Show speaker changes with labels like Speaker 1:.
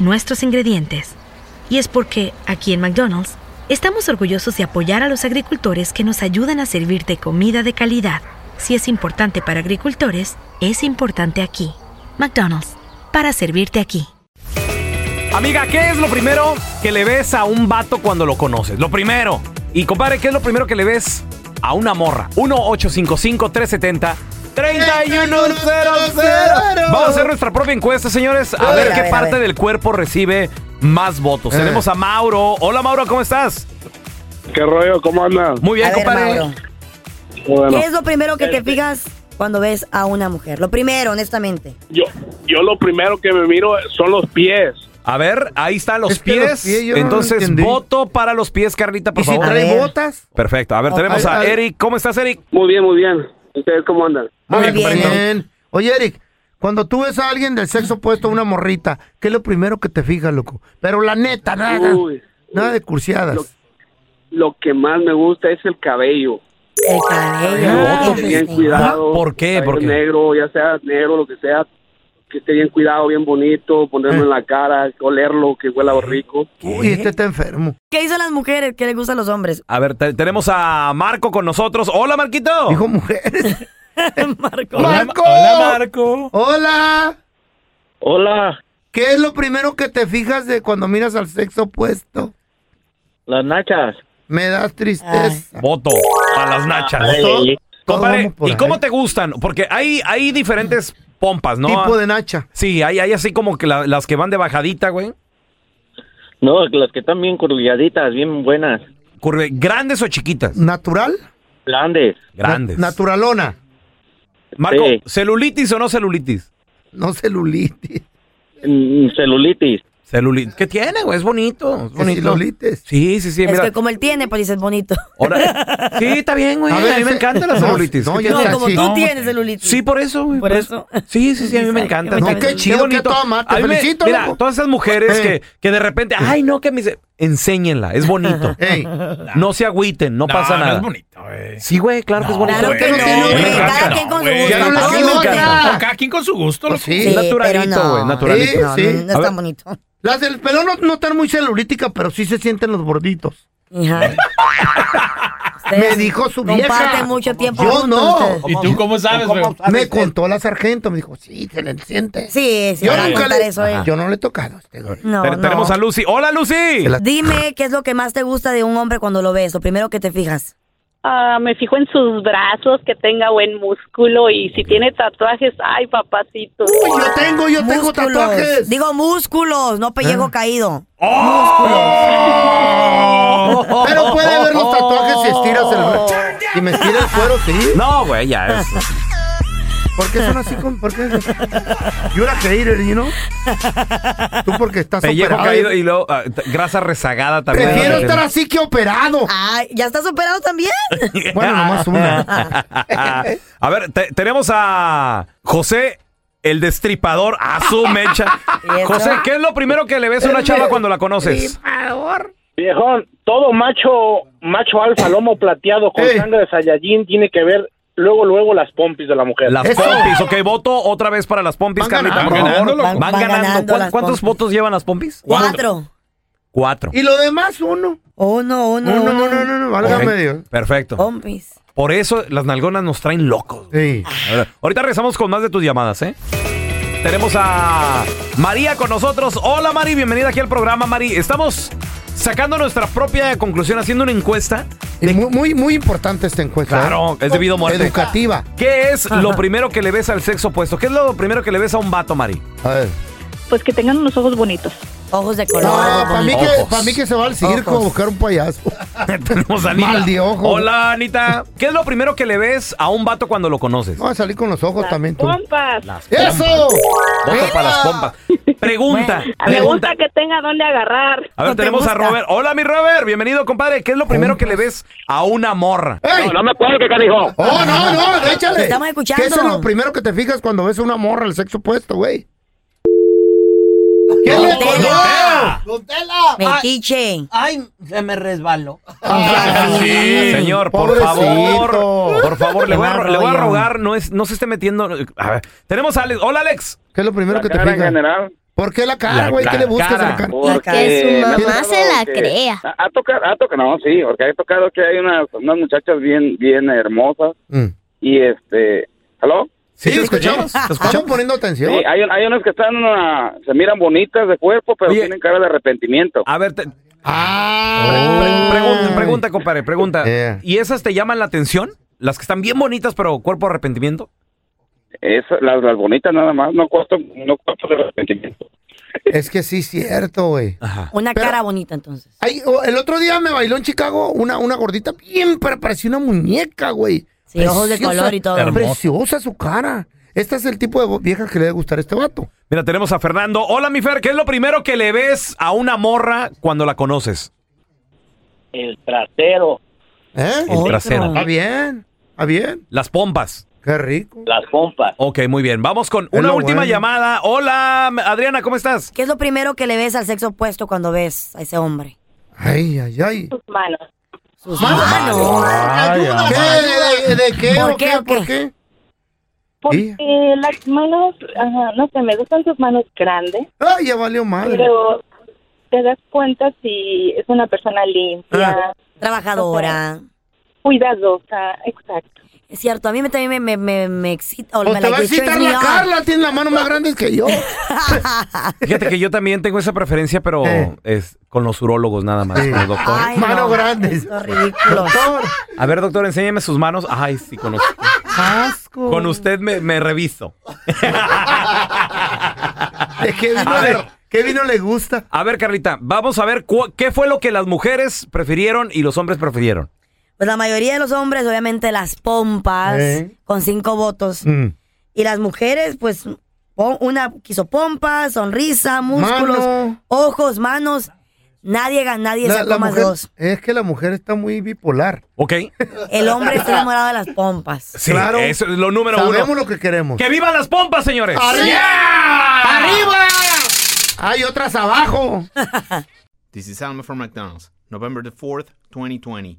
Speaker 1: nuestros ingredientes. Y es porque, aquí en McDonald's, estamos orgullosos de apoyar a los agricultores que nos ayudan a servirte comida de calidad. Si es importante para agricultores, es importante aquí. McDonald's, para servirte aquí.
Speaker 2: Amiga, ¿qué es lo primero que le ves a un vato cuando lo conoces? Lo primero. Y compadre, ¿qué es lo primero que le ves a una morra? 1-855-370. 3100 Vamos a hacer nuestra propia encuesta, señores. A
Speaker 3: A
Speaker 2: ver
Speaker 3: ver,
Speaker 2: qué
Speaker 3: a ver,
Speaker 2: parte
Speaker 3: a ver.
Speaker 2: del cuerpo recibe más votos.
Speaker 3: Eh.
Speaker 2: Tenemos a Mauro. Hola, Mauro, ¿cómo estás?
Speaker 4: ¿Qué rollo? ¿Cómo andas?
Speaker 2: Muy bien,
Speaker 3: A ver,
Speaker 2: compadre.
Speaker 3: Mauro.
Speaker 4: Bueno,
Speaker 3: ¿Qué es lo primero que te fijas cuando ves a una mujer? Lo primero, honestamente.
Speaker 4: yo, yo lo primero que me miro son los pies.
Speaker 2: A ver, ahí están los
Speaker 5: Es que los
Speaker 2: pies.
Speaker 5: pies yo no
Speaker 2: Entonces,
Speaker 5: entendí.
Speaker 2: voto para los pies, Carlita, por
Speaker 5: ¿Y si
Speaker 2: favor.
Speaker 3: A
Speaker 5: trae
Speaker 3: ver.
Speaker 5: botas?
Speaker 2: Perfecto. A ver, tenemos
Speaker 5: Ay,
Speaker 2: a
Speaker 5: ay.
Speaker 2: Eric. ¿Cómo estás, Eric?
Speaker 4: Muy bien, muy bien. ¿Ustedes cómo andan?
Speaker 3: Muy
Speaker 5: Muy
Speaker 3: bien.
Speaker 5: bien. Oye, Eric, cuando tú ves a alguien del sexo opuesto, una morrita, ¿qué es lo primero que te fijas, loco? Pero la neta,
Speaker 3: Ah,
Speaker 5: nada.
Speaker 4: Uy.
Speaker 5: nada de cursiadas.
Speaker 4: Lo- Lo que más me gusta es el cabello.
Speaker 3: El cabello.
Speaker 2: Ah,
Speaker 3: Qué
Speaker 4: Que esté bien
Speaker 3: interesante.
Speaker 4: cuidado.
Speaker 2: ¿Por qué?
Speaker 4: cabello
Speaker 2: ¿Por qué?
Speaker 4: negro, ya sea negro, lo que sea. Que esté bien cuidado, bien bonito, ponerlo en la cara, olerlo, que huela rico.
Speaker 5: Y este está enfermo.
Speaker 3: ¿Qué dicen las mujeres? ¿Qué les gusta a los hombres?
Speaker 2: A ver, te- tenemos a Marco con nosotros. Hola, Marquito.
Speaker 5: Dijo mujeres.
Speaker 3: Marco.
Speaker 2: Hola,
Speaker 5: ¡Marco!
Speaker 2: Hola, Marco.
Speaker 5: Hola.
Speaker 6: Hola,
Speaker 5: ¿Qué es lo primero que te fijas de cuando miras al sexo opuesto?
Speaker 6: las nachas.
Speaker 5: Me das tristeza.
Speaker 2: Voto a las nachas.
Speaker 6: Ay,
Speaker 5: Todos
Speaker 2: Compadre,
Speaker 5: vamos por
Speaker 2: ¿y cómo
Speaker 5: ahí.
Speaker 2: te gustan? Porque hay, hay diferentes pompas, ¿no?
Speaker 5: Tipo de nacha.
Speaker 2: Sí, hay, hay así como que la- las que van de bajadita, güey.
Speaker 6: No, las que están bien curviaditas, bien buenas,
Speaker 2: Curve, ¿Grandes o chiquitas?
Speaker 5: ¿Natural?
Speaker 6: grandes.
Speaker 2: Grandes.
Speaker 5: Na- naturalona.
Speaker 2: Marco,
Speaker 6: Sí.
Speaker 2: ¿celulitis o no celulitis?
Speaker 5: No celulitis.
Speaker 6: Mm, Celulitis.
Speaker 2: Celulitis. ¿Qué tiene, güey? Es bonito. Es
Speaker 5: Que
Speaker 2: bonito.
Speaker 5: celulitis.
Speaker 2: Sí, sí, sí,
Speaker 3: Es
Speaker 2: mira.
Speaker 3: que como él tiene, pues dices bonito.
Speaker 2: Ahora- sí, está bien, güey. A,
Speaker 5: A ver,
Speaker 2: mí me
Speaker 5: ese-
Speaker 2: encanta la
Speaker 5: no,
Speaker 2: celulitis.
Speaker 5: no,
Speaker 2: ¿Qué
Speaker 5: ya
Speaker 2: tiene?
Speaker 3: No,
Speaker 5: está
Speaker 3: como
Speaker 5: así.
Speaker 3: tú
Speaker 5: No,
Speaker 3: tienes celulitis.
Speaker 2: Sí, por eso, güey.
Speaker 3: Por eso.
Speaker 2: Sí, sí, sí, a mí me encanta.
Speaker 3: No,
Speaker 5: qué chido, qué
Speaker 2: bonito.
Speaker 5: a tomar, te
Speaker 2: A mí me-
Speaker 5: felicito,
Speaker 2: Mira,
Speaker 5: loco.
Speaker 2: todas esas mujeres
Speaker 5: Eh.
Speaker 2: que, que de repente, ay, no, que me dice, enséñenla, es bonito.
Speaker 5: Ey,
Speaker 2: No se agüiten, no, pasa nada. es bonito, Sí, güey, claro que es bonito.
Speaker 3: Claro que no, güey. Cada quien con su
Speaker 5: Ya no
Speaker 3: gusto.
Speaker 5: le
Speaker 3: A mí me
Speaker 5: digo
Speaker 3: encanta.
Speaker 5: nada.
Speaker 7: Cada quien con su gusto.
Speaker 5: pues sí.
Speaker 3: Sí,
Speaker 2: naturalito,
Speaker 3: pero no.
Speaker 2: güey, naturalito.
Speaker 3: Sí, No,
Speaker 5: Sí,
Speaker 3: no,
Speaker 5: sí.
Speaker 3: no
Speaker 2: A
Speaker 3: es
Speaker 2: ver.
Speaker 3: tan bonito.
Speaker 5: Las del pelo no, no están muy celulíticas, pero sí se sienten los borditos.
Speaker 3: Hija.
Speaker 5: Me dijo su vieja.
Speaker 3: Comparten mucho tiempo.
Speaker 5: Yo
Speaker 3: juntos
Speaker 5: no.
Speaker 3: ustedes.
Speaker 7: ¿Y tú cómo sabes, güey?
Speaker 5: Me contó la sargento, me dijo, sí, se le siente.
Speaker 3: Sí, sí.
Speaker 5: yo
Speaker 3: van a
Speaker 5: nunca
Speaker 3: contar
Speaker 5: le...
Speaker 3: eso, eh.
Speaker 5: Yo no le he tocado a este güey.
Speaker 3: No,
Speaker 2: Te-
Speaker 3: no.
Speaker 2: Tenemos a Lucy. ¡Hola, Lucy!
Speaker 5: la-
Speaker 3: Dime qué es lo que más te gusta de un hombre cuando lo ves, lo primero que te fijas.
Speaker 8: Ah, me fijo en sus brazos, que tenga buen músculo y si tiene tatuajes, ay, papacito.
Speaker 5: Uy, yo tengo, yo tengo tatuajes. Ah.
Speaker 3: Digo músculos, no pellejo caído.
Speaker 2: ¡Oh!
Speaker 5: Pero puede ver los tatuajes si estiras el
Speaker 3: oh.
Speaker 5: brazo. Si me estira el cuero, sí.
Speaker 2: No, güey, ya es.
Speaker 5: ¿Por qué son así? Con... ¿Por qué? You're a hater, you know? Tú porque estás
Speaker 2: Pellejo
Speaker 5: operado.
Speaker 2: caído y luego ah, t- grasa rezagada también.
Speaker 5: Prefiero estar así que operado.
Speaker 3: Ay, ¿ya estás operado también?
Speaker 5: Bueno, nomás una.
Speaker 2: Ah, a ver, te- tenemos a José El destripador a su mecha.
Speaker 3: ¿Y eso?
Speaker 2: José, ¿qué es lo primero que le ves a una chava cuando la conoces?
Speaker 6: Viejón, todo macho, macho alfa, lomo plateado con
Speaker 5: Ey.
Speaker 6: sangre de Saiyajin tiene que ver luego, luego las pompis de la mujer.
Speaker 2: Las
Speaker 5: Eso.
Speaker 2: pompis. Ok, voto otra vez para las pompis,
Speaker 5: Van
Speaker 2: Carlita.
Speaker 5: ganando.
Speaker 2: por favor.
Speaker 5: Van ganando,
Speaker 3: loco.
Speaker 2: Van
Speaker 3: Van
Speaker 2: ganando.
Speaker 3: ganando
Speaker 2: ¿Cuán-
Speaker 3: las
Speaker 2: ¿Cuántos
Speaker 3: pompis.
Speaker 2: votos llevan las pompis?
Speaker 3: Cuatro.
Speaker 2: Cuatro.
Speaker 5: Y lo demás, uno.
Speaker 3: Uno, uno,
Speaker 5: Uno,
Speaker 3: uno.
Speaker 5: no, no, no, no, válgame
Speaker 2: Ok,
Speaker 5: Dios.
Speaker 2: Perfecto.
Speaker 3: Pompis.
Speaker 2: Por eso las nalgonas nos traen locos.
Speaker 5: Sí.
Speaker 2: A ver, Ahorita regresamos con más de tus llamadas, ¿eh? Tenemos a María con nosotros. Hola Mari, bienvenida aquí al programa Mari. Estamos sacando nuestra propia conclusión, haciendo una encuesta.
Speaker 5: Y muy, muy, muy importante esta encuesta.
Speaker 2: Claro,
Speaker 5: ¿eh?
Speaker 2: es debido a muerte.
Speaker 5: Educativa.
Speaker 2: ¿Qué es lo primero que le ves al sexo opuesto? ¿Qué es lo primero que le ves a un vato, Mari?
Speaker 5: A ver.
Speaker 8: Pues que tengan unos ojos bonitos.
Speaker 3: Ojos de color.
Speaker 5: No, para mí, que,
Speaker 2: ojos.
Speaker 5: pa' mí que se va al circo a
Speaker 3: Ojos.
Speaker 5: buscar un payaso.
Speaker 2: Tenemos a
Speaker 5: Mal de ojo.
Speaker 2: Hola Anita. ¿Qué es lo primero que le ves a un vato cuando lo conoces?
Speaker 5: No, a salir con los ojos también tú.
Speaker 8: Pompas.
Speaker 5: ¡Eso!
Speaker 2: Voto para las pompas. Pregunta.
Speaker 8: Me
Speaker 2: pregunta.
Speaker 8: gusta que tenga dónde agarrar.
Speaker 2: A ver,
Speaker 3: No te
Speaker 2: tenemos a
Speaker 3: gusta.
Speaker 2: Robert. Hola, mi Robert. Bienvenido, compadre. ¿Qué es lo primero que le ves a una morra?
Speaker 5: ¡Ey!
Speaker 6: No, no me acuerdo que canijo.
Speaker 5: ¡Oh, no, no! ¡Échale!
Speaker 3: Te estamos escuchando.
Speaker 5: ¿Qué es lo primero que te fijas cuando ves a una morra al sexo opuesto, güey? ¿Qué le
Speaker 2: ¡Tela!
Speaker 3: Metiche.
Speaker 5: Sí.
Speaker 2: Señor, por
Speaker 5: Pobrecito.
Speaker 2: favor. Por favor, le voy a, ro-
Speaker 5: Qué
Speaker 2: le voy a
Speaker 5: mal rollo.
Speaker 2: rogar. No, es, no se esté metiendo. A ver, tenemos a Alex. Hola, Alex.
Speaker 5: ¿Qué es lo primero
Speaker 6: La
Speaker 5: que te
Speaker 6: cara en
Speaker 5: fijas?
Speaker 6: general.
Speaker 5: ¿Por qué la
Speaker 2: La
Speaker 5: cara, güey? ¿Qué le buscas
Speaker 2: cara.
Speaker 5: a la cara?
Speaker 7: Porque su
Speaker 6: me ha
Speaker 7: mamá
Speaker 6: tocado
Speaker 7: se la
Speaker 6: que-
Speaker 7: crea.
Speaker 6: Ha, ha tocado, ha tocado, no, sí, porque ha tocado que hay unas, unas muchachas bien, bien hermosas
Speaker 5: Mm.
Speaker 6: y este, ¿aló?
Speaker 5: Sí, te
Speaker 2: ¿te
Speaker 5: escuchamos.
Speaker 2: escuchamos?
Speaker 5: Te escuchamos poniendo atención.
Speaker 6: Sí, hay, un- hay unas que están, ah, se miran bonitas de cuerpo, pero
Speaker 2: Oye.
Speaker 6: tienen cara de arrepentimiento.
Speaker 2: A ver, te- pre-
Speaker 5: Ah,
Speaker 2: pre- pregunta, pregunta, compadre, pregunta.
Speaker 5: Yeah.
Speaker 2: ¿Y esas te llaman la atención? Las que están bien bonitas, pero cuerpo arrepentimiento.
Speaker 6: Eso, las, las bonitas nada más, no costan, no costan de arrepentimiento.
Speaker 5: Es que sí, es cierto, güey.
Speaker 2: Ajá.
Speaker 3: Una
Speaker 5: Pero-
Speaker 3: cara bonita, entonces.
Speaker 5: Ay, o- El otro día me bailó en Chicago una, una gordita bien, pero parecía una muñeca, güey.
Speaker 3: Sí, ojos de color y todo. Hermosa.
Speaker 5: Preciosa su cara. Este es el tipo de bo- vieja que le debe gustar a este vato.
Speaker 2: Mira, tenemos a Fernando. Hola, mi Fer. ¿Qué es lo primero que le ves a una morra cuando la conoces?
Speaker 6: El trasero,
Speaker 5: ¿Eh?
Speaker 2: El trasero.
Speaker 5: Está bien, está bien.
Speaker 2: Las pompas.
Speaker 5: Qué rico.
Speaker 6: las pompas.
Speaker 2: Ok, muy bien. Vamos con
Speaker 5: Es
Speaker 2: una
Speaker 5: lo
Speaker 2: última
Speaker 5: bueno.
Speaker 2: llamada. Hola, Adriana, ¿cómo estás?
Speaker 3: ¿Qué es lo primero que le ves al sexo opuesto cuando ves a ese hombre?
Speaker 5: Ay, ay, ay.
Speaker 8: Sus manos.
Speaker 3: Sus
Speaker 5: Ah,
Speaker 3: manos.
Speaker 5: Ay, ay. ¿Qué? ¿De, de qué?
Speaker 3: ¿Por
Speaker 5: ¿O
Speaker 3: qué,
Speaker 5: qué?
Speaker 3: o qué?
Speaker 5: ¿Por qué?
Speaker 8: Porque
Speaker 5: Sí.
Speaker 8: las manos, ajá, no sé, me gustan sus manos grandes,
Speaker 5: Ay, ya valió madre.
Speaker 8: pero te das cuenta si es una persona limpia,
Speaker 3: Trabajadora.
Speaker 8: cuidadosa, exacto.
Speaker 3: Es cierto, a mí me, también me, me, me, me excita. O
Speaker 5: O
Speaker 3: me
Speaker 5: te
Speaker 3: like
Speaker 5: va a
Speaker 3: it turns
Speaker 5: citar
Speaker 3: me
Speaker 5: la
Speaker 3: on.
Speaker 5: Carla, tiene la mano más grande que yo.
Speaker 2: Fíjate que yo también tengo esa preferencia, pero
Speaker 5: Eh.
Speaker 2: es con los urólogos nada más,
Speaker 5: Sí.
Speaker 2: con los doctores.
Speaker 3: Ay,
Speaker 5: Mano
Speaker 3: no,
Speaker 5: grande.
Speaker 3: esto es ridículo.
Speaker 2: A ver, doctor, enséñeme sus manos. Ay, sí, con usted,
Speaker 5: Asco.
Speaker 2: con usted me, me reviso.
Speaker 5: ¿De qué vino,
Speaker 2: A
Speaker 5: le,
Speaker 2: ver.
Speaker 5: qué vino le gusta?
Speaker 2: A ver, Carlita, vamos a ver cu- qué fue lo que las mujeres prefirieron y los hombres prefirieron.
Speaker 3: Pues la mayoría de los hombres, obviamente, las pompas
Speaker 5: Eh.
Speaker 3: con cinco votos.
Speaker 5: Mm.
Speaker 3: Y las mujeres, pues, po- una quiso pompas, sonrisa, músculos,
Speaker 5: Mano.
Speaker 3: ojos, manos. Nadie gana, nadie
Speaker 5: La-
Speaker 3: sacó
Speaker 5: la
Speaker 3: más
Speaker 5: mujer-
Speaker 3: dos.
Speaker 5: es que la mujer está muy bipolar.
Speaker 2: ¿Ok?
Speaker 3: El hombre está enamorado de las pompas.
Speaker 2: Sí,
Speaker 5: Claro.
Speaker 2: Eso es lo número
Speaker 5: Sabemos
Speaker 2: uno.
Speaker 5: lo que queremos.
Speaker 2: ¡Que vivan las pompas, señores!
Speaker 5: ¡Arriba! ¡Arriba! Hay otras abajo.
Speaker 9: This is Alma from McDonald's, November the 4th, 2020.